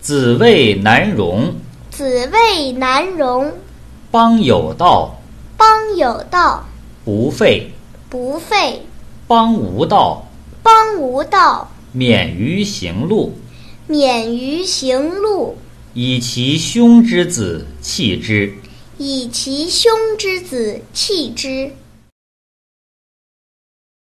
子谓难容，子谓难容，邦有道，邦有道，不废；不废；邦无道，邦无道，免于行路。免于行路。以其兄之子弃之，以其兄之子弃之。